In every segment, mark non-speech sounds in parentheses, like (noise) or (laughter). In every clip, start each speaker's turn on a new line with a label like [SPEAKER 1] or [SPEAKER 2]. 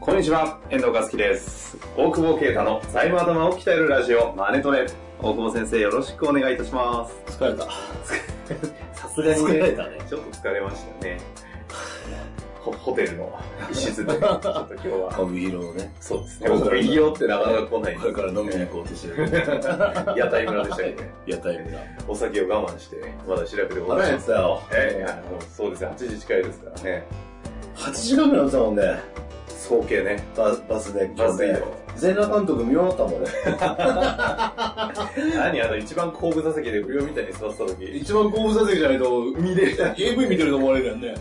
[SPEAKER 1] こんにちは、遠藤和樹です。大久保啓太の財務頭を鍛えるラジオ、マネトレ。大久保先生、よろしくお願いいたしま
[SPEAKER 2] 疲 (laughs) れた。
[SPEAKER 1] す。さすが
[SPEAKER 2] 疲れたね。
[SPEAKER 1] ちょっと疲れましたね。 (laughs) ホホテルの一
[SPEAKER 2] (laughs)
[SPEAKER 1] 室で、ちょっと今日は。
[SPEAKER 2] おビールをね、
[SPEAKER 1] そうですね。僕もいいよってなかなか来ない
[SPEAKER 2] これから飲みに行こうとして (laughs) る。
[SPEAKER 1] 屋台村でしたっけ
[SPEAKER 2] (laughs) 屋台村。
[SPEAKER 1] お酒を我慢して、まだ調べてござ
[SPEAKER 2] まだ
[SPEAKER 1] い
[SPEAKER 2] や
[SPEAKER 1] ま
[SPEAKER 2] っ
[SPEAKER 1] す。
[SPEAKER 2] てたよ。
[SPEAKER 1] ええいやもうそうですね、8時近いですからね。
[SPEAKER 2] 8時間ぐらい飲んでたもんね。
[SPEAKER 1] 総計ね、
[SPEAKER 2] ババスで、
[SPEAKER 1] バス移
[SPEAKER 2] で。
[SPEAKER 1] 動。
[SPEAKER 2] 全裸監督見終わったもんね。
[SPEAKER 1] 何あの、一番後部座席で不良みたいに座ってた時。
[SPEAKER 3] 一番後部座席じゃないと、見
[SPEAKER 2] (laughs)
[SPEAKER 3] れ、AV 見てると思われるよね。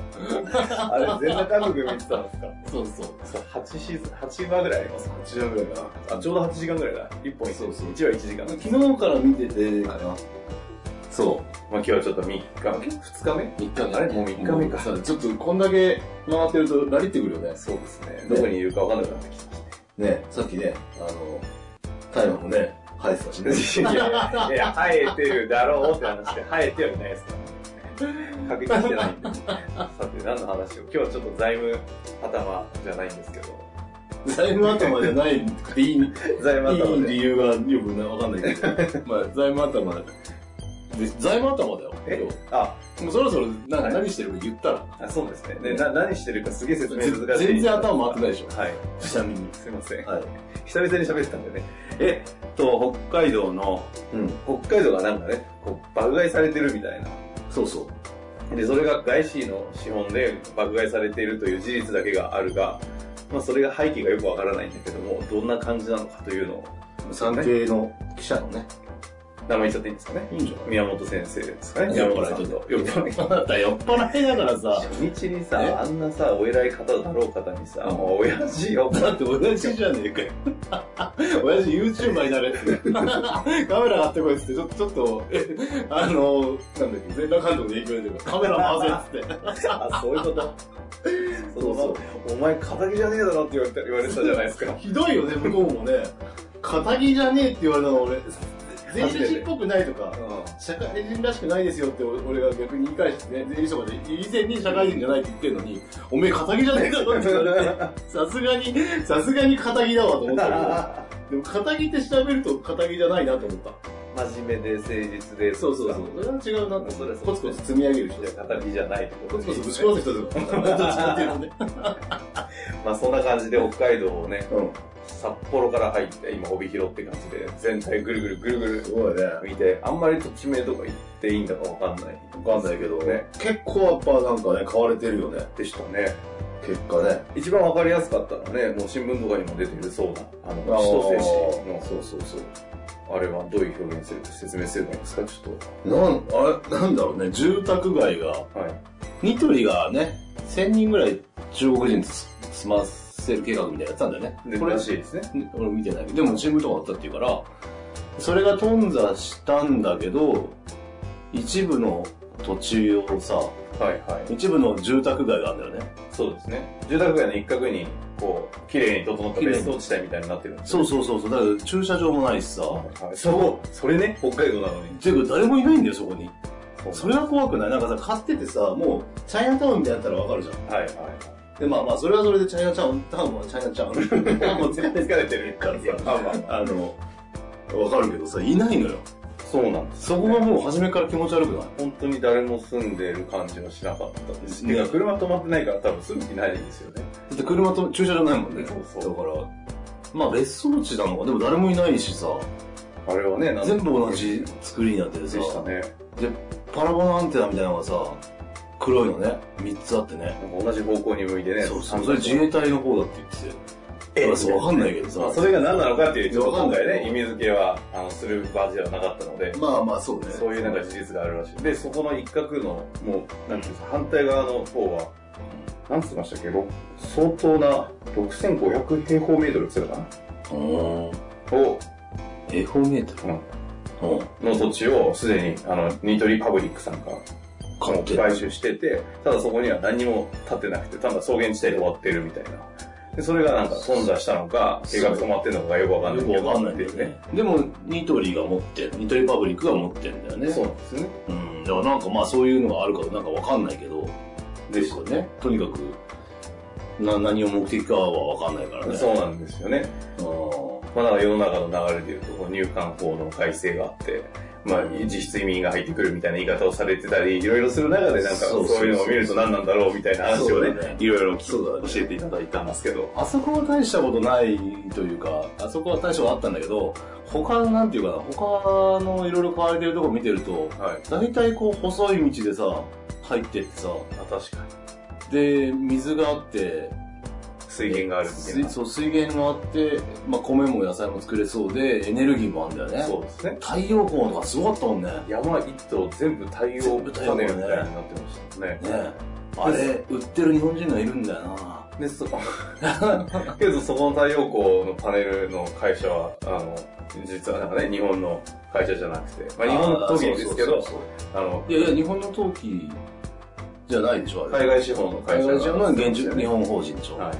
[SPEAKER 1] あれ、全裸監督見てたんですか
[SPEAKER 3] そうそう。
[SPEAKER 1] そう8シーズン、8話ぐらいあります
[SPEAKER 2] 8時間ぐらいか
[SPEAKER 1] あ、ちょうど8時間ぐらいだ。1本
[SPEAKER 2] そうそう
[SPEAKER 1] 1話1時間
[SPEAKER 2] な。。昨日から見てて、かな。
[SPEAKER 1] そう。まあ今日はちょっと3日目 ?2 日目
[SPEAKER 2] 3日
[SPEAKER 1] あれもう3日目か。
[SPEAKER 2] さ、ちょっとこんだけ回ってるとラリってくるよね。
[SPEAKER 1] そうですね。どこにいるかわかんなくなってきた
[SPEAKER 2] ね、さっきね、あの、タイマーもね、生えてたしね。
[SPEAKER 1] しね。いやいや、 (laughs) いや生えてるだろうって話で、生えてはいないですから、ね。確認してないんで。さて、何の話を今日はちょっと財務頭じゃないんですけど。
[SPEAKER 2] 財務頭じゃないくていい、いい
[SPEAKER 1] 財務頭で。
[SPEAKER 2] 理由がよくなわかんない (laughs) けど。まあ、財務頭で。財務頭だよ。
[SPEAKER 1] えあ、
[SPEAKER 2] もうそろそろなんか何してるか言ったら、
[SPEAKER 1] あそうですね。で、な、何してるかすげえ説明難しい。
[SPEAKER 2] 全然頭回ってないでし
[SPEAKER 1] はい。
[SPEAKER 2] ょ。ちなみに。
[SPEAKER 1] すいません。
[SPEAKER 2] はい。
[SPEAKER 1] 久々に喋ってたんでね。えっと、北海道の、
[SPEAKER 2] うん。
[SPEAKER 1] 北海道がなんかね、こう爆買いされてるみたいな。
[SPEAKER 2] そうそう。
[SPEAKER 1] で、それが外資の資本で爆買いされているという事実だけがあるが、まあそれが背景がよくわからないんだけども、どんな感じなのかというのを、
[SPEAKER 2] 産経の記者の (laughs) ね。
[SPEAKER 1] 名前言っちゃっていいんですかね。
[SPEAKER 2] いいんじゃ
[SPEAKER 1] 宮本先生ですかね。
[SPEAKER 2] いや
[SPEAKER 1] 宮本さんと。よくわかんない
[SPEAKER 2] ないあなた酔っ払いだからさ。
[SPEAKER 1] 初日に
[SPEAKER 2] え
[SPEAKER 1] さ、あんなさ、お偉い方だろう方にさ、
[SPEAKER 2] うん
[SPEAKER 1] もう親父よ。 (laughs)
[SPEAKER 2] だって親父じゃねえかよ。 (laughs) 親父 YouTuber になれって。 (laughs) カメラ買ってこいっつって、ちょちょっと、えあの、なんだっけ、全裸監督で影響出てるから、カメラ回せっつって。
[SPEAKER 1] あ、そういうこと。そ
[SPEAKER 2] そうそう
[SPEAKER 1] うそう。お前、仇じゃねえだろって言われた言われてたじゃないですか。
[SPEAKER 2] ひどいよね、向こうもね。仇じゃねえって言われたの俺、全裸師っぽくないとか。社会人らしくないですよって俺が逆に言い返してね、税理士とかで以前に社会人じゃないって言ってんのに、おめえ仇じゃねえだろって言われて、さすがに、さすがに仇だわと思ったけど、でも仇って調べると仇じゃないなと思った。
[SPEAKER 1] 真面目で誠実で。
[SPEAKER 2] そうそうそう。それは違うなって、
[SPEAKER 1] それはそう
[SPEAKER 2] コツコツ積み上げる人
[SPEAKER 1] じゃあ、語りじゃないってこと
[SPEAKER 2] コツ
[SPEAKER 1] で
[SPEAKER 2] コツぶち込んでる人だよ。どっちかっていうとね。
[SPEAKER 1] まあそんな感じで北海道をね、
[SPEAKER 2] うん。
[SPEAKER 1] 札幌から入って、今帯広って感じで、全体ぐるぐるぐるぐる
[SPEAKER 2] ごいね。
[SPEAKER 1] 見て、あんまり土地名とか言っていいんだかわかんない。
[SPEAKER 2] わかんないけど、
[SPEAKER 1] ね
[SPEAKER 2] 結構やっぱなんかね、買われてるよね。
[SPEAKER 1] でしたね。
[SPEAKER 2] 結果ね。
[SPEAKER 1] 一番わかりやすかったのはね、もう新聞とかにも出てるそうな、あの、
[SPEAKER 2] ー
[SPEAKER 1] 首都精神の、
[SPEAKER 2] そうそうそう。
[SPEAKER 1] あれはどういう表現するか説明すればいいんですかちょっ
[SPEAKER 2] なん、あれ、なんだろうね、住宅街が、
[SPEAKER 1] と。はい。
[SPEAKER 2] ニトリがね、1000人ぐらい中国人つ済ませる計画みたいなやつなんだよね。
[SPEAKER 1] で、
[SPEAKER 2] これ
[SPEAKER 1] ら、しいですね。
[SPEAKER 2] 俺見てないけど、でも新聞とかあったっていうから、それが頓挫したんだけど、一部の土地をさ、
[SPEAKER 1] はいはい。
[SPEAKER 2] 一部の住宅街があるんだよね。
[SPEAKER 1] そうですね。住宅街の一角に、こう、綺麗に整った別荘地帯みたいになってるんです
[SPEAKER 2] そ
[SPEAKER 1] よ
[SPEAKER 2] うそうそうそう、だから駐車場もないしさ、
[SPEAKER 1] はいそう、それね、北海道なのに。
[SPEAKER 2] ていうか誰もいないんだよ、そこに。
[SPEAKER 1] そ
[SPEAKER 2] それは怖くないなんかさ、買っててさ、もう、チャイナタウンみたいになったらわかるじゃん。
[SPEAKER 1] はいはいはい。
[SPEAKER 2] で、まあまあ、それはそれでチャイナタウン、タウンはチャイナタウン。
[SPEAKER 1] (laughs)
[SPEAKER 2] もう
[SPEAKER 1] 疲れてる
[SPEAKER 2] からさ
[SPEAKER 1] (laughs) まあまあまあ
[SPEAKER 2] あの、わかるけどさ、いないのよ。
[SPEAKER 1] そうなんです。
[SPEAKER 2] そこがもう初めから気持ち悪くない
[SPEAKER 1] 本当に誰も住んでる感じはしなかったです。てか、
[SPEAKER 2] ね
[SPEAKER 1] 車止まってないから多分住む気ないですよね。
[SPEAKER 2] だって車と駐車場ないもんね。
[SPEAKER 1] そうそう
[SPEAKER 2] だから、まあ別荘地なのか、でも誰もいないしさ、
[SPEAKER 1] あれはね、なん
[SPEAKER 2] 全部同じ作りになってて
[SPEAKER 1] で
[SPEAKER 2] さ、
[SPEAKER 1] したね。
[SPEAKER 2] パラボラアンテナみたいなのがさ、黒いのね、3つあってね。
[SPEAKER 1] なんか同じ方向に向いてね。
[SPEAKER 2] そうそう、それ自衛隊の方だって言ってて。
[SPEAKER 1] え
[SPEAKER 2] 俺そうわかんないけどさ
[SPEAKER 1] まあ、それが何なのかっていう、ちょっと今回
[SPEAKER 4] わかんないけ
[SPEAKER 1] ね、
[SPEAKER 4] ど
[SPEAKER 1] 意味付けはあのする場ではなかったので、
[SPEAKER 4] まあまあそうね。
[SPEAKER 1] そういうなんか事実があるらしい。で、そこの一角の、もう、なんていうんですか、反対側の方は、なんつってましたっけ、ろ相当な6500平方メートルって言ってたか
[SPEAKER 2] うん。
[SPEAKER 1] なを、
[SPEAKER 2] 平方メートルうん。
[SPEAKER 1] の土地をすでに、あの、ニトリパブリックさんが
[SPEAKER 2] 買ってる。
[SPEAKER 1] 買収してて、ただそこには何にも建ってなくて、ただ草原地帯で終わってるみたいな。で、それがなんか頓挫したのか、計画止まってるのかよくわかんないけど。
[SPEAKER 2] よくわかんない
[SPEAKER 1] っていうね。
[SPEAKER 2] でも、ニトリが持ってる。ニトリパブリックが持ってるんだよね。
[SPEAKER 1] そうなんですね。
[SPEAKER 2] うん。だからなんかまあそういうのがあるかなんかわかんないけど、
[SPEAKER 1] で
[SPEAKER 2] そうね。とにかく、な、何を目的かはわかんないからね。
[SPEAKER 1] そうなんですよね。
[SPEAKER 2] う
[SPEAKER 1] まあ、なんか世の中の流れでいうと、こう入管法の改正があって、まあ、実質移民が入ってくるみたいな言い方をされてたり、いろいろする中で、なんか
[SPEAKER 2] そうそうそう
[SPEAKER 1] そういうのを見ると何なんだろうみたいな話を
[SPEAKER 2] そうだね
[SPEAKER 1] ね、いろいろ
[SPEAKER 2] そうだ
[SPEAKER 1] 教
[SPEAKER 2] ね
[SPEAKER 1] えていただいたんですけど。
[SPEAKER 2] ん。あそこは大したことないというか、あそこは大したことあったんだけど、他のなんていうかな、他のいろいろ買われてるとこ見てると、
[SPEAKER 1] はい。
[SPEAKER 2] 大体こう細い道でさ、入ってってさ、
[SPEAKER 1] あ確かに。
[SPEAKER 2] で、水があって、
[SPEAKER 1] 水源があるみたい
[SPEAKER 2] 水
[SPEAKER 1] な。
[SPEAKER 2] そう水源もあって、まあ、米も野菜も作れそうで、エネルギーもあるんだよね。
[SPEAKER 1] そうですね。
[SPEAKER 2] 太陽光とかすごかったもんね。ね
[SPEAKER 1] 山一頭全部太陽パネルみたいになってましたね。
[SPEAKER 2] あれ、売ってる日本人がいるんだよな。
[SPEAKER 1] で、そ、けどそこの太陽光のパネルの会社は、あの、実はなんかね、日本の会社じゃなくて、まあ日本の時ですけ
[SPEAKER 2] あー
[SPEAKER 1] ど
[SPEAKER 2] そうそ
[SPEAKER 1] あ
[SPEAKER 2] う、
[SPEAKER 1] の、
[SPEAKER 2] そういやいや、日本の陶器じゃないでしょ、あ
[SPEAKER 1] 海
[SPEAKER 2] れ。
[SPEAKER 1] 外資本の会社が。
[SPEAKER 2] 海外人の現地、日本法人でしょ。
[SPEAKER 1] はい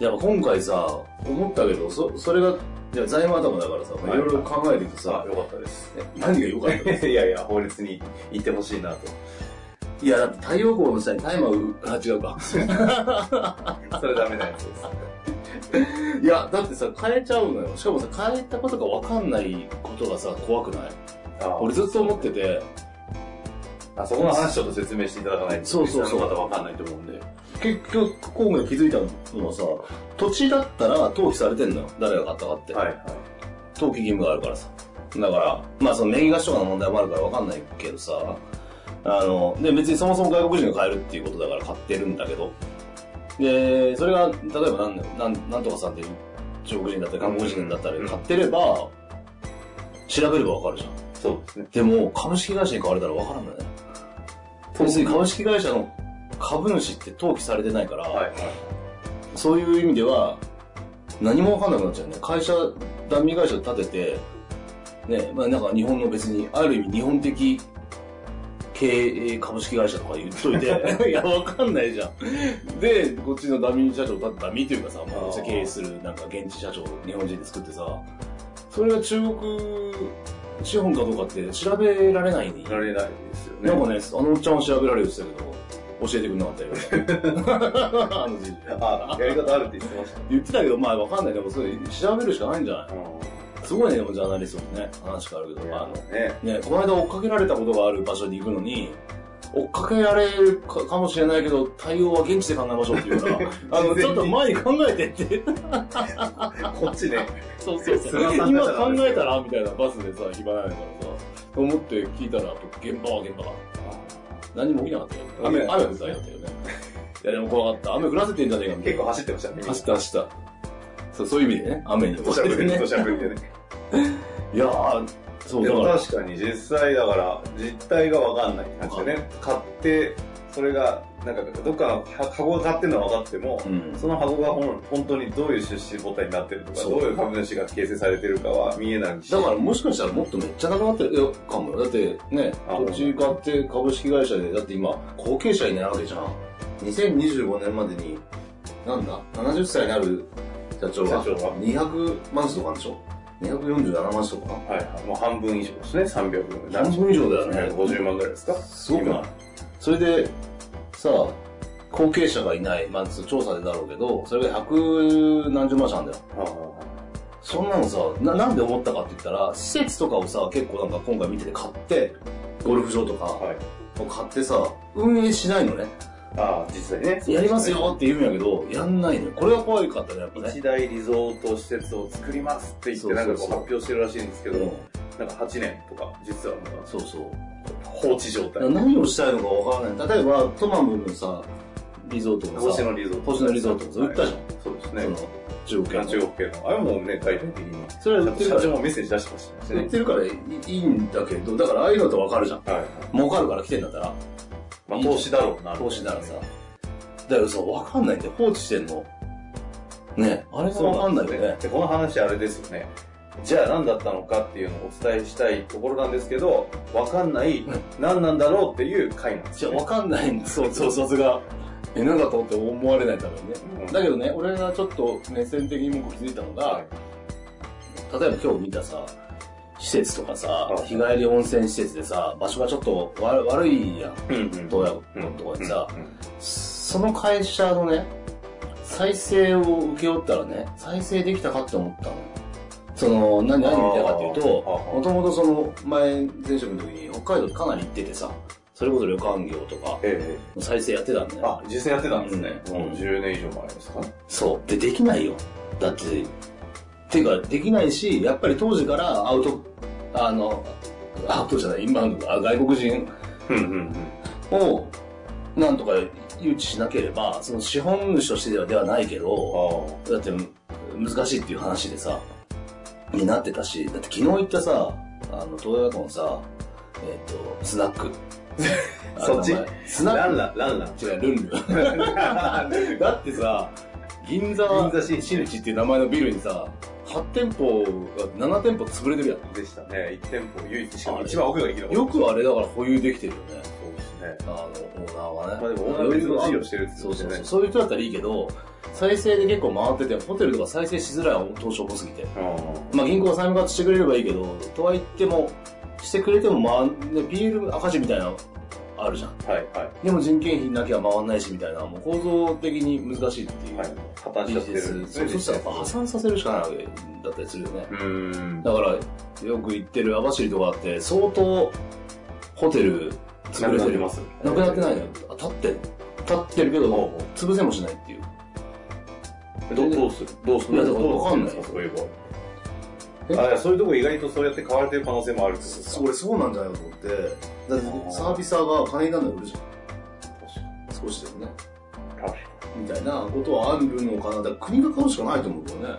[SPEAKER 2] うん。やっぱ今回さ、思ったけど、そそれが、いや、財務頭だからさ、ま
[SPEAKER 1] は
[SPEAKER 2] あ
[SPEAKER 1] い
[SPEAKER 2] いろいろ考えていくと
[SPEAKER 1] あ
[SPEAKER 2] さ、、
[SPEAKER 1] よかったです。
[SPEAKER 2] 何が良かったの
[SPEAKER 1] いやいや、法律に行ってほしいなと。
[SPEAKER 2] いや、だって太陽光の下に大麻う、あ、違うか。
[SPEAKER 1] それダメなやつです。
[SPEAKER 2] いや、だってさ、変えちゃうのよ。しかもさ、変えたことが分かんないことがさ、怖くない
[SPEAKER 1] あ
[SPEAKER 2] 俺ずっと思ってて、
[SPEAKER 1] あそこの話ちょっと説明していただかないと、
[SPEAKER 2] そうそうそう
[SPEAKER 1] リスナーの方わかんないと思うんで。
[SPEAKER 2] 結局、今回気づいたのはさ、土地だったら登記されてんのよ。誰が買ったかって。
[SPEAKER 1] はい、はい。
[SPEAKER 2] 登記義務があるからさ。だから、まあその名義貸しとかの問題もあるから分かんないけどさ、あの、で、別にそもそも外国人が買えるっていうことだから買ってるんだけど、で、それが、例えばなんだなんなんとかさんっていう中国人だったり韓国人だったり買ってれば、調べれば分かるじゃん。
[SPEAKER 1] そうですね。
[SPEAKER 2] でも、株式会社に買われたらわからんだよね。
[SPEAKER 1] そう
[SPEAKER 2] 別に株式会社の株主って登記されてないから、
[SPEAKER 1] はい、はい。
[SPEAKER 2] そういう意味では、何もわかんなくなっちゃうね。会社、ダミー会社立てて、ね、まあなんか日本の別に、ある意味日本的経営株式会社とか言っといて、いや、わかんないじゃん。で、こっちのダミー社長、だダミーというかさ、まあ、
[SPEAKER 1] あー
[SPEAKER 2] うちが経営するなんか現地社長、日本人で作ってさ、それが中国資本かどうかって調べられないに、
[SPEAKER 1] られないですよね。
[SPEAKER 2] なんかね、あのおっちゃんは調べられるって言ってたけど、教えてくれなかったよ。あのじいじ
[SPEAKER 1] あ、やり方あるって言ってました。
[SPEAKER 2] 言ってたけど、まあわかんない。でもそれ調べるしかないんじゃないすごいね、でもジャーナリストもね、話があるけ
[SPEAKER 1] い
[SPEAKER 2] ど、
[SPEAKER 1] や
[SPEAKER 2] あの、
[SPEAKER 1] ね、
[SPEAKER 2] ね、この間追っかけられたことがある場所に行くのに、追っかけられるかかもしれないけど、対応は現地で考えましょうって言うから、 (laughs) あの、ちょっと前に考えてって。
[SPEAKER 1] こっちね、
[SPEAKER 2] そうそうそう。
[SPEAKER 1] 菅さん
[SPEAKER 2] (laughs) 今
[SPEAKER 1] だから
[SPEAKER 2] 考えたらみたいなバスでさ、暇ないからさ、と思って聞いたら、現場は現場だ。何も起きなかったよ。雨、雨
[SPEAKER 1] 雨
[SPEAKER 2] 降ったよね。いや、でも怖かった。雨降らせてんじゃねえかみたい
[SPEAKER 1] 結
[SPEAKER 2] な。
[SPEAKER 1] 構走ってましたね。
[SPEAKER 2] (laughs) 走った走った。そう、そういう意味 (laughs) でね、雨に
[SPEAKER 1] 土砂降りで、土砂降りでね。
[SPEAKER 2] いやー、そう、
[SPEAKER 1] で
[SPEAKER 2] だか
[SPEAKER 1] も
[SPEAKER 2] ら、
[SPEAKER 1] 確かに実際だから、実態がわかんないって感じでね、買って、それが、なんか、どっかのは箱が買ってるのは分かっても、
[SPEAKER 2] うん、
[SPEAKER 1] その箱がほん本当にどういう出資母体になってるとか、
[SPEAKER 2] そ
[SPEAKER 1] ど
[SPEAKER 2] う
[SPEAKER 1] ういう株主が形成されてるかは見えないし。
[SPEAKER 2] だからもしかしたらもっとめっちゃなくなってるかもよ。だってね、
[SPEAKER 1] あ
[SPEAKER 2] 土地買って株式会社で、だって今、後継者になるわけじゃん。2025年までに、なんだ、70歳になる社長は、
[SPEAKER 1] 社長は
[SPEAKER 2] 200万種とかあるんでしょ ?247 万種とか。
[SPEAKER 1] はいはい。もう半分以上ですね、300
[SPEAKER 2] 半分以上だよね
[SPEAKER 1] 50万ぐらいですか
[SPEAKER 2] すごくないそれで、さあ、後継者がいない、まあ調査でだろうけど、それが100何十万社なんだよ。
[SPEAKER 1] 今ああ
[SPEAKER 2] そんなのさな、なんで思ったかって言ったら、施設とかをさ、結構なんか今回見てて買って、ゴルフ場とか
[SPEAKER 1] はい
[SPEAKER 2] を買ってさ、運営しないのね。
[SPEAKER 1] ああ、実際ね。
[SPEAKER 2] やりますよって言うんやけど、やんないのよ。これが怖かったね、やっぱね。
[SPEAKER 1] 一大リゾート施設を作りますって言って、なんかこう発表してるらしいんですけど、なんか8年とか、実はなんか
[SPEAKER 2] そうそう。
[SPEAKER 1] 放置状
[SPEAKER 2] だ
[SPEAKER 1] 態
[SPEAKER 2] から。何をしたいのかわからない。例えば、トマムのさ、リゾートも
[SPEAKER 1] 星
[SPEAKER 2] さ、
[SPEAKER 1] 野リゾート。
[SPEAKER 2] 星野リゾートもさ、売ったじゃん。
[SPEAKER 1] そうですね。
[SPEAKER 2] その中国系の
[SPEAKER 1] 中国系の。あれもね、大体的に。
[SPEAKER 2] それは売ってるか
[SPEAKER 1] 社
[SPEAKER 2] ら
[SPEAKER 1] 長もメッセージ出してましたし
[SPEAKER 2] 売っ
[SPEAKER 1] ね。
[SPEAKER 2] てるからいいんだけどだからああいうのってわかるじゃん
[SPEAKER 1] はいはい。
[SPEAKER 2] 儲かるから来てんだったら
[SPEAKER 1] まあ、投資だろうな。
[SPEAKER 2] 投資ならさ。だけどさわかんないんだよ放置してんのねあれがわかんないよね
[SPEAKER 1] でこの話あれですよね。じゃあ何だったのかっていうのをお伝えしたいところなんですけど、わかんない、何なんだろうっていう回なんです
[SPEAKER 2] じゃ
[SPEAKER 1] よ、
[SPEAKER 2] あ
[SPEAKER 1] ね。
[SPEAKER 2] わかんない
[SPEAKER 1] (laughs)
[SPEAKER 2] んだそうそうさすがえなんだと思って思われないんだろうね
[SPEAKER 1] うん
[SPEAKER 2] だけどね俺がちょっと目線的にも気づいたのが例えば今日見たさ施設とかさ
[SPEAKER 1] はい
[SPEAKER 2] 日帰り温泉施設でさ場所がちょっとわ悪いやん
[SPEAKER 1] うんうん。
[SPEAKER 2] どうや
[SPEAKER 1] うん
[SPEAKER 2] とかでさ、
[SPEAKER 1] うんうん
[SPEAKER 2] その会社のね、再生を請け負ったらね、再生できたかって思ったの。その、何、何見たいかっていうと、
[SPEAKER 1] あー
[SPEAKER 2] もともとその、前、前職の時に北海道かなり行っててさ、それこそ旅館業とか、
[SPEAKER 1] え
[SPEAKER 2] 再生やってたんだ
[SPEAKER 1] え
[SPEAKER 2] よ。
[SPEAKER 1] あ、実際やってたんですね。
[SPEAKER 2] うん
[SPEAKER 1] もう10年以上前ですか
[SPEAKER 2] そう。で、できないよ。だって、ていうか、できないし、やっぱり当時からアウト、あの、アウトじゃない、インバウンド、あ外国人
[SPEAKER 1] うんうんうん。
[SPEAKER 2] を、なんとか誘致しなければ、その資本主としてではではないけど、
[SPEAKER 1] あ
[SPEAKER 2] だって難しいっていう話でさ、になってたし、だって昨日行ったさ、あの、東洋学のさ、えっ、と、スナッ (laughs) ク。
[SPEAKER 1] そっち
[SPEAKER 2] あの名前ス
[SPEAKER 1] あ。
[SPEAKER 2] ナ
[SPEAKER 1] ラ
[SPEAKER 2] ッ
[SPEAKER 1] ンラン、ランラン。
[SPEAKER 2] ク違う、ルンルン。 (laughs) だってさ、銀座、
[SPEAKER 1] 銀座新地
[SPEAKER 2] 新地っていう名前のビルにさ、8店舗が7店舗潰れてるや
[SPEAKER 1] でしたね。1店舗唯一、しか
[SPEAKER 2] あ
[SPEAKER 1] も
[SPEAKER 2] れ
[SPEAKER 1] 一番奥が生きた
[SPEAKER 2] ん。よくあれだから保有できてるよね。
[SPEAKER 1] そうですね。
[SPEAKER 2] あの、オーナーはね。
[SPEAKER 1] まあでも、オーナーは別の事業してるって
[SPEAKER 2] そ
[SPEAKER 1] 言って
[SPEAKER 2] うそう
[SPEAKER 1] た
[SPEAKER 2] そ
[SPEAKER 1] よ
[SPEAKER 2] う。
[SPEAKER 1] ね。
[SPEAKER 2] そういう人だったらいいけど、再生で結構回ってて、ホテルとか再生しづらい投資多すぎて。まあ、銀行が債務化してくれればいいけど、とは言っても、してくれても、まあ、ね、PL 赤字みたいなのあるじゃん。
[SPEAKER 1] あーはいはい。
[SPEAKER 2] でも人件費なきゃ回んないしみたいな、もう構造的に難しいっていう。
[SPEAKER 1] はい破綻しちゃってる
[SPEAKER 2] ビジネスそうそしたらやっぱ破産させるしかないわけだったりするよね。
[SPEAKER 1] うーん。
[SPEAKER 2] だから、よく言ってる網走とかって、相当、ホテル、潰れてる。
[SPEAKER 1] す。
[SPEAKER 2] なくなってないのよ。あ立ってる、立ってるけど、潰せもしないっていう。
[SPEAKER 1] どどうするどうする
[SPEAKER 2] いやだから
[SPEAKER 1] どう
[SPEAKER 2] わかんない
[SPEAKER 1] どうするんですかそう
[SPEAKER 2] え
[SPEAKER 1] いえば。あいやそういうとこ意外とそうやって買われてる可能性もあるってことです
[SPEAKER 4] そ
[SPEAKER 1] か
[SPEAKER 4] れそうなんじゃないかと思って、だってサービサーが金になるの売るじゃん。少しでもね。みたいなことはあるのかな。だから国が買うしかないと思うけどね。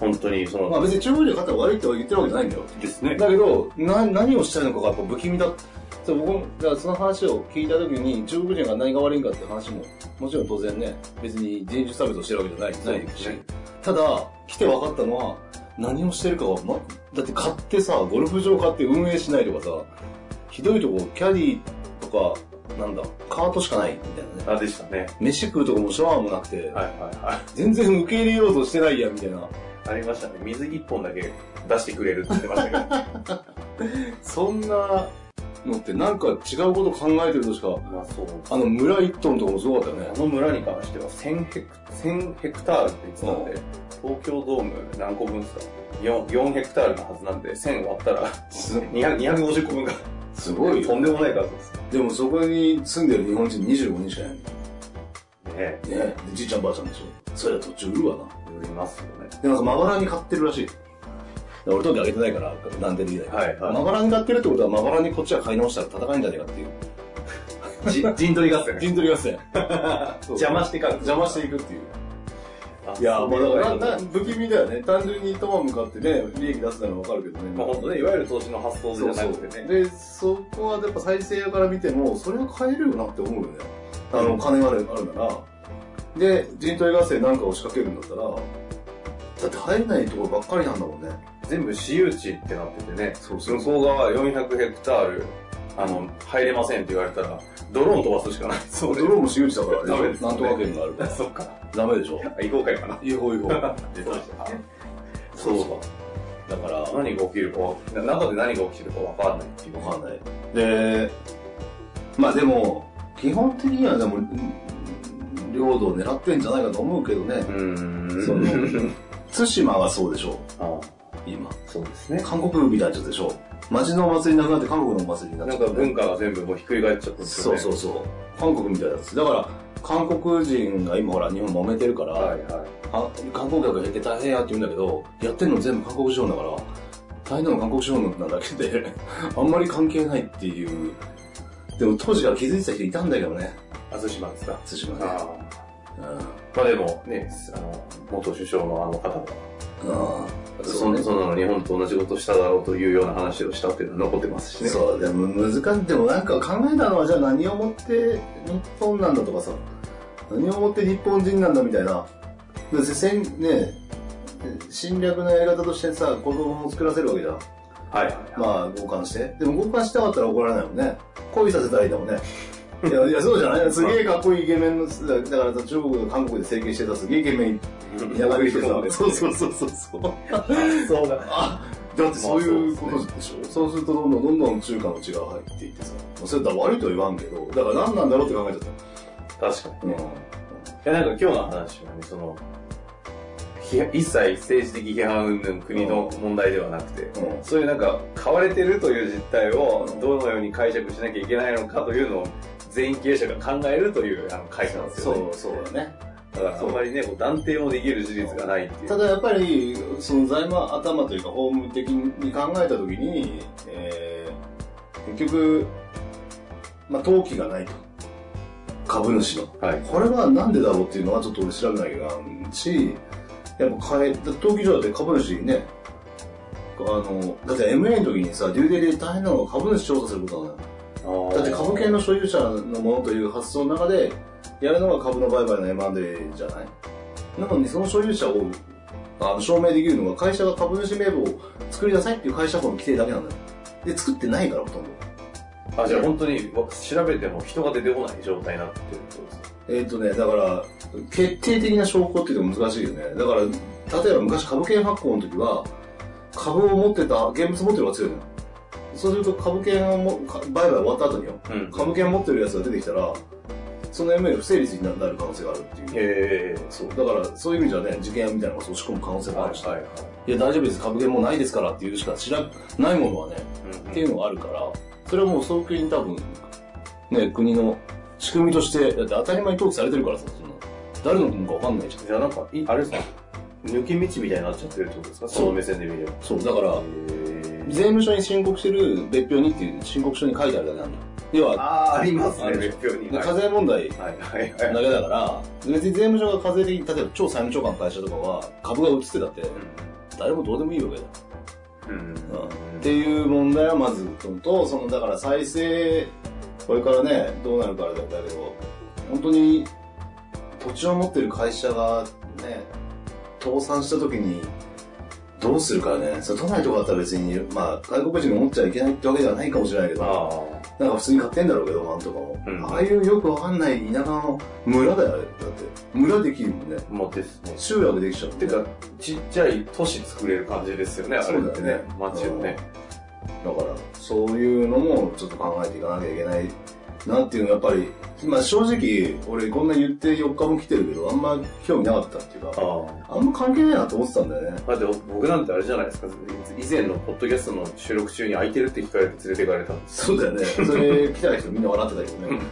[SPEAKER 1] 本当にそ
[SPEAKER 4] ま
[SPEAKER 1] の
[SPEAKER 4] あ別に中国人が買ったら悪いって言ってるわけじゃないんだよ。
[SPEAKER 1] ですね
[SPEAKER 2] だけどな何をしたいのかがやっぱ不気味だそう僕もだからその話を聞いた時に中国人が何が悪いんかって話ももちろん当然ね別に人種差別をしてるわけじゃない
[SPEAKER 1] そう
[SPEAKER 2] ない
[SPEAKER 1] です
[SPEAKER 2] し
[SPEAKER 1] ね
[SPEAKER 2] ただ来て分かったのは何をしてるかが、ま、だって買ってさゴルフ場買って運営しないとかさひどいとこキャディとかなんだカートしかないみたいなね
[SPEAKER 1] あでしたね
[SPEAKER 2] 飯食うとこもシャワーもなくて、
[SPEAKER 1] はいはいは
[SPEAKER 2] 全然受け入れようとしてないやみたいない
[SPEAKER 1] ありましたね水一本だけ出してくれるって言ってま
[SPEAKER 2] (laughs)
[SPEAKER 1] したけ
[SPEAKER 2] そんなのってなんか違うこと考えてるとしか
[SPEAKER 1] どまあそう
[SPEAKER 2] あの村一トンとかもすごかったよ
[SPEAKER 1] あ
[SPEAKER 2] ね。
[SPEAKER 1] の村に関しては1000ヘク1000ヘクタールって言ってたんで東京ドーム何個分ですか 4, 4ヘクタールのはずなんで1000割ったら
[SPEAKER 2] す
[SPEAKER 1] 200 250個分が
[SPEAKER 2] すごい
[SPEAKER 1] と
[SPEAKER 2] よ。
[SPEAKER 1] んでもない数ですね
[SPEAKER 2] でもそこに住んでる日本人25人しかいないんだよ
[SPEAKER 1] え
[SPEAKER 2] ねでじいちゃんばあちゃんでしょ。それは途中売るわな。
[SPEAKER 1] よりますよね
[SPEAKER 4] で、なんかまばらに買ってるらしい。
[SPEAKER 2] 俺時あげてないから、断定できない。
[SPEAKER 1] はいはい
[SPEAKER 2] まばらに買ってるってことは、まばらにこっちは買い直したら戦いんじゃねえかっていう。
[SPEAKER 1] じ陣取り合戦
[SPEAKER 2] 陣取り合戦。
[SPEAKER 1] 邪魔してか
[SPEAKER 4] (laughs) 邪魔していくっていう。
[SPEAKER 1] い
[SPEAKER 4] いや、まあだからな、な、不気味だよね。単純に頭向かってね、利益出すならわかるけどね。
[SPEAKER 1] まあ本当ね、いわゆる投資の発想じ
[SPEAKER 4] そ
[SPEAKER 1] ゃ
[SPEAKER 4] う
[SPEAKER 1] な
[SPEAKER 4] そう
[SPEAKER 1] くてね。
[SPEAKER 4] で、そこはやっぱ再生屋から見ても、それは買えるよなって思うよね。あの、金があるあるなら。で、人体合戦なんかを仕掛けるんだったら、だって入れないところばっかりなんだもんね。
[SPEAKER 1] 全部私有地ってなっててね、
[SPEAKER 4] そう
[SPEAKER 1] 向こう側400ヘクタール、あの、入れませんって言われたら、ドローン飛ばすしかない。そ
[SPEAKER 4] ドローンも私有地だから
[SPEAKER 1] ダメ
[SPEAKER 4] ね
[SPEAKER 1] です。
[SPEAKER 2] なんとか県があるか
[SPEAKER 4] (laughs)
[SPEAKER 2] ら。
[SPEAKER 1] そっか。
[SPEAKER 2] ダメでしょ。
[SPEAKER 1] あ、移行会かな。
[SPEAKER 2] 違法違法。だか
[SPEAKER 1] そう
[SPEAKER 2] ら、
[SPEAKER 1] か。何が起きるかわ、中で何が起きてるかわかんないっていう。
[SPEAKER 2] わかんない。
[SPEAKER 4] で、まあでも、基本的にはでも、うん領土を狙ってんじゃないかと思うけどね
[SPEAKER 1] う。ーん。
[SPEAKER 4] その対馬はそうでしょ
[SPEAKER 1] (laughs) あ
[SPEAKER 4] 今。
[SPEAKER 1] そうですね。
[SPEAKER 4] 韓国みたいになっちゃったでしょ町のお祭りなくなって韓国のお祭りになっち
[SPEAKER 1] な
[SPEAKER 4] ゃ
[SPEAKER 1] ん
[SPEAKER 4] った
[SPEAKER 1] か。文化が全部もうひっくり返っちゃったんです
[SPEAKER 4] そ
[SPEAKER 1] よ
[SPEAKER 4] う
[SPEAKER 1] ね。
[SPEAKER 4] そううそう。韓国みたいなやつ。だから、韓国人が今ほら、日本揉めてるから、
[SPEAKER 1] はいはい。
[SPEAKER 2] あ観光客が減って大変やって言うんだけど、やってんの全部韓国資本だから、大変なの韓国資本なんだけで、 (laughs) あんまり関係ないっていう。でも当時から気づいてた人いたんだけどね、
[SPEAKER 1] あ、対馬ですか。
[SPEAKER 2] 対馬ね。
[SPEAKER 1] あ
[SPEAKER 2] うん
[SPEAKER 1] まあでも、ね、あの、元首相のあの方が、
[SPEAKER 2] ああ
[SPEAKER 1] そんそんなの日本と同じことしただろうというような話をしたっていうのは残ってますしね。
[SPEAKER 2] そう、でも難しい。でもなんか考えたのは、じゃあ何をもって日本なんだとかさ、何をもって日本人なんだみたいな。でせんね、侵略のやり方としてさ、子供も作らせるわけじゃん。
[SPEAKER 1] はい。
[SPEAKER 2] まあ、強姦して。でも強姦したかったら怒らないもんね。恋させたらいいんだもん (laughs) ね。いや、いやそうじゃないすげえかっこいいイケメンの、だだから中国と韓国で整形してたすげえイケメンやがりしてさ、そうそうそうそうそう。
[SPEAKER 1] そうだ。
[SPEAKER 2] だってそういうことでしょ、そうするとどんどんどんどん中華の血が入っていってさ、まあそれだから悪いとは言わんけど、だから何なんだろうって考えちゃっ
[SPEAKER 1] 確か
[SPEAKER 2] た。
[SPEAKER 1] にね。いや、なんか今日の話はね、その、批判一切政治的批判云々国の問題ではなくて、
[SPEAKER 2] うん。うん
[SPEAKER 1] そういうなんか、買われてるという実態をどのように解釈しなきゃいけないのかというのを全員経営者が考えるというあの会社なんです
[SPEAKER 2] そ
[SPEAKER 1] よね。
[SPEAKER 2] う、そうだね。
[SPEAKER 1] だからあんまりね、こう断定もできる事実がないっていう。
[SPEAKER 2] ただやっぱり、その財務頭というか法務的に考えたときに、えー、結局、まあ、登記がないと。株主の。
[SPEAKER 1] はい。
[SPEAKER 2] これはなんでだろうっていうのはちょっと俺調べなきゃいけないし、やっぱ変え、登記上だって株主にね、あの、だって MA の時にさ、デューデリで大変なのが株主調査することなのよ。だって株券の所有者のものという発想の中で、やるのが株の売買の M&A じゃないなのにその所有者をあの証明できるのが会社が株主名簿を作りなさいっていう会社法の規定だけなんだよ。で、作ってないからほとんど。
[SPEAKER 1] あ、じゃあ本当に調べても人が出てこない状態になってるってことですか
[SPEAKER 2] えっ、とね、だから、決定的な証拠って言っても難しいよね。だから、例えば昔株券発行の時は、株を持ってた、現物持ってる方が強いのよ。そうすると株券をも、か売買終わった後によ、
[SPEAKER 1] うん
[SPEAKER 2] 株券持ってるやつが出てきたら、その MA 不成立になる可能性があるっていう。
[SPEAKER 1] ええ
[SPEAKER 2] そう。だから、そういう意味じゃね、事件みたいなのが押し込む可能性があるし、
[SPEAKER 1] はいはい。
[SPEAKER 2] い、や、大丈夫です。株券もうないですからっていうしか知らないものはね、っていうのがあるから、それはもう早急に多分、ね、国の仕組みとして、だって当たり前に登記されてるからさ、そんな誰のもかわかんないじゃん。
[SPEAKER 1] じゃあなんか、いあれですか抜け道みたいになっちゃってるってことですか
[SPEAKER 2] そう
[SPEAKER 1] その目線で見れば。
[SPEAKER 2] そう、だから、
[SPEAKER 1] え
[SPEAKER 2] 税務署に申告してる別表にっていう申告書に書いてあるだけなんだよ。要は、
[SPEAKER 1] ああ、あります
[SPEAKER 2] あ
[SPEAKER 1] ね、
[SPEAKER 2] るでしょ
[SPEAKER 1] 別表に。
[SPEAKER 2] 課
[SPEAKER 1] はい
[SPEAKER 2] 税問題
[SPEAKER 1] はいはいはい。
[SPEAKER 2] だけだから、別に税務署が課税的に、例えば超債務長官の会社とかは、株が移ってたって、誰もどうでもいいわけだよ。
[SPEAKER 1] うん
[SPEAKER 2] うんっていう問題はまずと、そのだから再生、これからね、どうなるかあれだったけど、本当に土地を持ってる会社がね、倒産した時にどうするかね、それ都内とかだったら別に、まあ外国人が持っちゃいけないってわけではないかもしれないけ
[SPEAKER 1] あ
[SPEAKER 2] ど、
[SPEAKER 1] あ。
[SPEAKER 2] なんか普通に買ってんだろうけど、なんとかも。
[SPEAKER 1] うん
[SPEAKER 2] ああいうよくわかんない田舎の村だよ、あれだって。村できるもんね。
[SPEAKER 1] もうですね。
[SPEAKER 2] 集落できちゃうもん
[SPEAKER 1] て
[SPEAKER 2] ね
[SPEAKER 1] か、ちっちゃい都市作れる感じですよね、あれって
[SPEAKER 2] そうだよ
[SPEAKER 1] ね
[SPEAKER 2] ね。
[SPEAKER 1] 街をね。
[SPEAKER 2] だから、そういうのもちょっと考えていかなきゃいけないなっていうのはやっぱり、まあ正直、俺こんな言って4日も来てるけど、あんま興味なかったっていう
[SPEAKER 1] あ
[SPEAKER 2] か、
[SPEAKER 1] あ。
[SPEAKER 2] あんま関係ないなと思ってたんだよね。
[SPEAKER 1] だって僕なんてあれじゃないですか、以前のポッドキャストの収録中に空いてるって聞かれて連れて行かれたんです。
[SPEAKER 2] そうだよね。それ来た人みんな笑ってたけどね。だか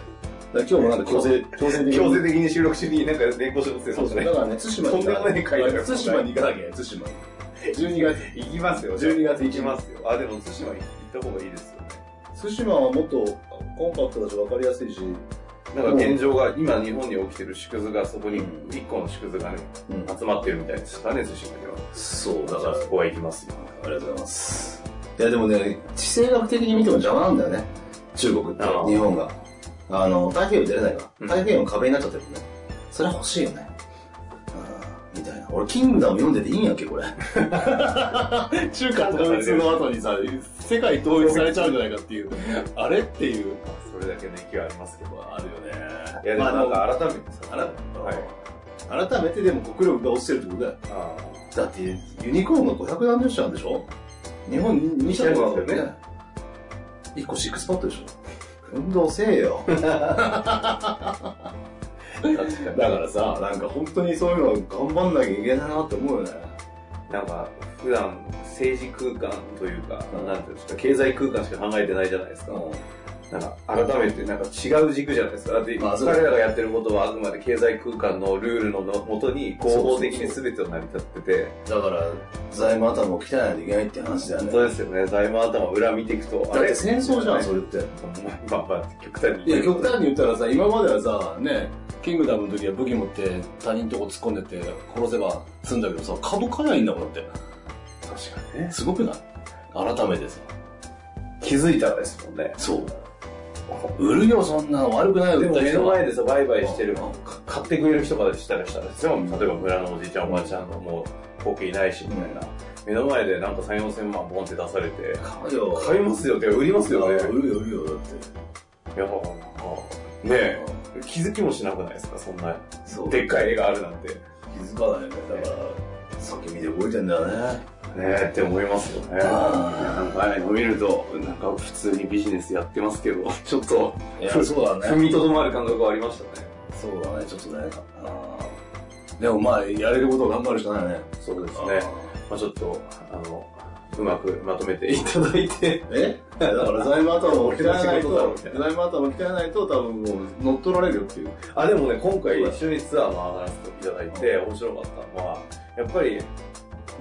[SPEAKER 2] ら今日もなんか強制、強制的に。
[SPEAKER 1] 強制的に収録中になんか連行してますね、
[SPEAKER 2] そうそう。
[SPEAKER 1] ね
[SPEAKER 2] だ。からね、対馬
[SPEAKER 1] と
[SPEAKER 2] に行か
[SPEAKER 1] んでもない会だよ
[SPEAKER 2] 対馬に行かなきゃいけない、対馬に。12月。
[SPEAKER 1] (laughs) 行きますよ、
[SPEAKER 2] 12月
[SPEAKER 1] 行きますよ。あ、でも対馬行った方がいいですよね。
[SPEAKER 2] 対馬はもっとコンパクトだし分かりやすいし、
[SPEAKER 1] なんか現状が、今日本に起きてる縮図が、そこに一個の縮図がね、
[SPEAKER 2] うん
[SPEAKER 1] 集まってるみたいですからね、対馬では。
[SPEAKER 2] そう、
[SPEAKER 1] だからそこは行きますよ。
[SPEAKER 2] ありがとうございます。いや、でもね、地政学的に見ても邪魔なんだよね。中国って
[SPEAKER 1] あー、
[SPEAKER 2] 日本が。あの、太平洋出れないか
[SPEAKER 1] うん
[SPEAKER 2] ら。太平洋の壁になっちゃってるもんね。それは欲しいよね。うんみたいな。俺、キングダム読んでていいんやっけ、これ。
[SPEAKER 1] (laughs)
[SPEAKER 2] 中
[SPEAKER 1] 華統一の
[SPEAKER 2] 後にさ、世界
[SPEAKER 1] 統一されちゃうん
[SPEAKER 2] じゃないかっていう。あれっていう。
[SPEAKER 1] それだけの勢いありますけど。
[SPEAKER 2] あるよね。
[SPEAKER 1] いや、でもなんか改めてさ、
[SPEAKER 2] あら
[SPEAKER 1] はい。
[SPEAKER 2] 改めてでも国力が落ちてるってことだよ。
[SPEAKER 1] あ
[SPEAKER 2] だって、ユニコーンが500何十社あるんでしょ日本2社とかだ
[SPEAKER 1] そう
[SPEAKER 2] よ
[SPEAKER 1] だ
[SPEAKER 2] ね。1個シックスパッドでしょ運動せえよ。
[SPEAKER 1] ー (laughs) 確
[SPEAKER 2] だ
[SPEAKER 1] かに。
[SPEAKER 2] からさ、なんか本当にそういうのは頑張んなきゃいけないなって思うよね。
[SPEAKER 1] なんか、普段、政治空間というか、なんていうんですか、経済空間しか考えてないじゃないですか。なんか改めてなんか違う軸じゃないですか。だって
[SPEAKER 2] まあそう
[SPEAKER 1] 彼らがやってることはあくまで経済空間のルールのもとに合法的に全てを成り立ってて、
[SPEAKER 2] だから、財務頭を鍛えないといけないって話だよ
[SPEAKER 1] 本
[SPEAKER 2] ね。
[SPEAKER 1] 当ですよね、財務頭裏見ていくと、
[SPEAKER 2] だって戦争じゃん、そ
[SPEAKER 1] れ。
[SPEAKER 2] れって。
[SPEAKER 1] まあまあ、極端に
[SPEAKER 2] いや、極端に言ったらさ、今まではさ、ね、キングダムの時は武器持って他人とこ突っ込んでって殺せば済んだけどさ、角かないんだもんだっ
[SPEAKER 1] 確かにね
[SPEAKER 2] て。。すごくない改めてさ。
[SPEAKER 1] 気づいたらですもんね。
[SPEAKER 2] そう。売るよ、そんな。悪くないよ、
[SPEAKER 1] でも目の前
[SPEAKER 2] で。
[SPEAKER 1] でさ、売買してる、か買ってくれる人からしたらしたらですよ。例えば村のおじいちゃん、おばあちゃんのもう、ボケいないし、みたいな。目の前でなんか3、4千万ボンって出されて、
[SPEAKER 2] 買うよ。
[SPEAKER 1] 買いますよって売りますよね。
[SPEAKER 2] 売るよ、売るよ、だって。
[SPEAKER 1] いや、なんか、ねえ、気づきもしなくないですか、そんな、
[SPEAKER 2] そう。
[SPEAKER 1] でっかい絵があるなんて。ね
[SPEAKER 2] 気づかないよね。だから、先見て動いてんだよね。
[SPEAKER 1] えって思いますよね。なんか、ああいうの見ると、なんか普通にビジネスやってますけど、ちょっと、
[SPEAKER 2] いや、
[SPEAKER 1] ふ
[SPEAKER 2] そうだ
[SPEAKER 1] 踏
[SPEAKER 2] ね。
[SPEAKER 1] みとどまる感覚はありましたね。
[SPEAKER 2] そうだね、ちょっとね。あーでもまあ、やれることを頑張るしかないね。
[SPEAKER 1] そうです
[SPEAKER 2] あ
[SPEAKER 1] ね。
[SPEAKER 2] ー
[SPEAKER 1] まあちょっと、あの、うまくまとめていただいて、
[SPEAKER 2] え
[SPEAKER 4] だから財務頭を鍛えないと、
[SPEAKER 1] 俺の仕事だ
[SPEAKER 4] 財
[SPEAKER 1] ろ
[SPEAKER 4] 務頭を鍛えないと多分もう乗っ取られるよっていう。
[SPEAKER 1] あ、でもね、今回一緒にツアー回らせていただいて、面白かったのは、やっぱり、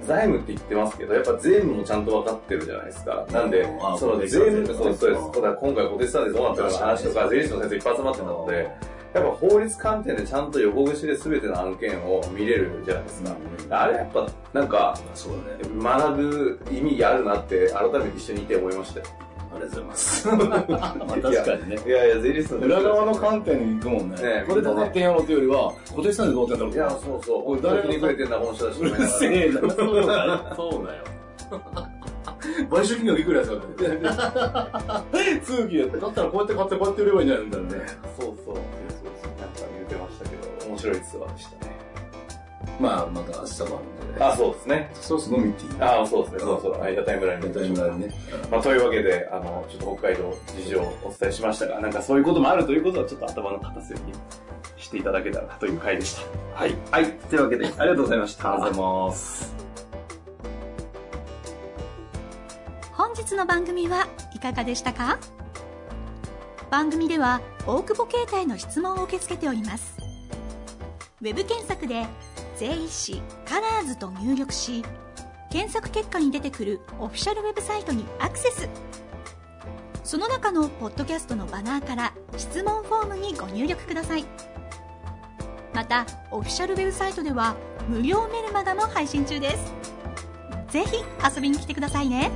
[SPEAKER 1] 財務って言ってますけど、やっぱ税務もちゃんと分かってるじゃないですか。なんで
[SPEAKER 2] あ、
[SPEAKER 1] そ
[SPEAKER 2] 小
[SPEAKER 1] の
[SPEAKER 2] 手
[SPEAKER 1] 税
[SPEAKER 2] さん
[SPEAKER 1] 務、そうですそうで
[SPEAKER 2] あ
[SPEAKER 1] す。だから今回小手さんでどうなったかの話とか、税理士の先生いっぱい集まってたので、やっぱ法律観点でちゃんと横串で全ての案件を見れるじゃないですか。あれやっぱ、なんか、
[SPEAKER 2] そうだね。
[SPEAKER 1] 学ぶ意味があるなって、改めて一緒にいて思いましたよ。
[SPEAKER 2] ありがとうござい
[SPEAKER 1] (laughs)
[SPEAKER 2] ます。まあ確かにね。
[SPEAKER 1] いやいや、税理士の先生
[SPEAKER 2] 裏側の観点に行くもんね。
[SPEAKER 1] ね
[SPEAKER 2] これでどうなってんやろっていうよりは、小手さんでどうなってん
[SPEAKER 1] い
[SPEAKER 2] だ
[SPEAKER 1] や、
[SPEAKER 2] ろ
[SPEAKER 1] そうそう。
[SPEAKER 2] これ
[SPEAKER 1] 本
[SPEAKER 2] 誰
[SPEAKER 1] 当
[SPEAKER 2] が
[SPEAKER 1] にひねくれてんな、この人たち
[SPEAKER 2] う。うるせえな。そうだよ。そうだよ。
[SPEAKER 4] 買収金額いくらですかって。
[SPEAKER 2] 通気やって。
[SPEAKER 4] だったらこうやって買ってこうやって売ればいいんじゃないみたいなね。
[SPEAKER 1] そうそう。なんか言ってましたけど、面白いツアーでしたね。
[SPEAKER 2] まあ、また明日もあるんでね。
[SPEAKER 1] あ、そうですね。
[SPEAKER 4] そうすのみっていい。
[SPEAKER 1] あそうですね。そうそう。ありがたい村に。
[SPEAKER 2] 大丈夫だね。
[SPEAKER 1] まあ、というわけで、あの、ちょっと北海道事情をお伝えしましたが、なんかそういうこともあるということは、ちょっと頭の片隅にしていただけたらなという回でした。はい。はい。というわけで、ありがとうございました。
[SPEAKER 2] ありがとう
[SPEAKER 1] ございます。
[SPEAKER 5] 本日の番組はいかがでしたか番組では大久保携帯の質問を受け付けておりますウェブ検索で「税理士カラーズと入力し検索結果に出てくるオフィシャルウェブサイトにアクセスその中のポッドキャストのバナーから質問フォームにご入力くださいまたオフィシャルウェブサイトでは無料メルマガも配信中ですぜひ遊びに来てくださいね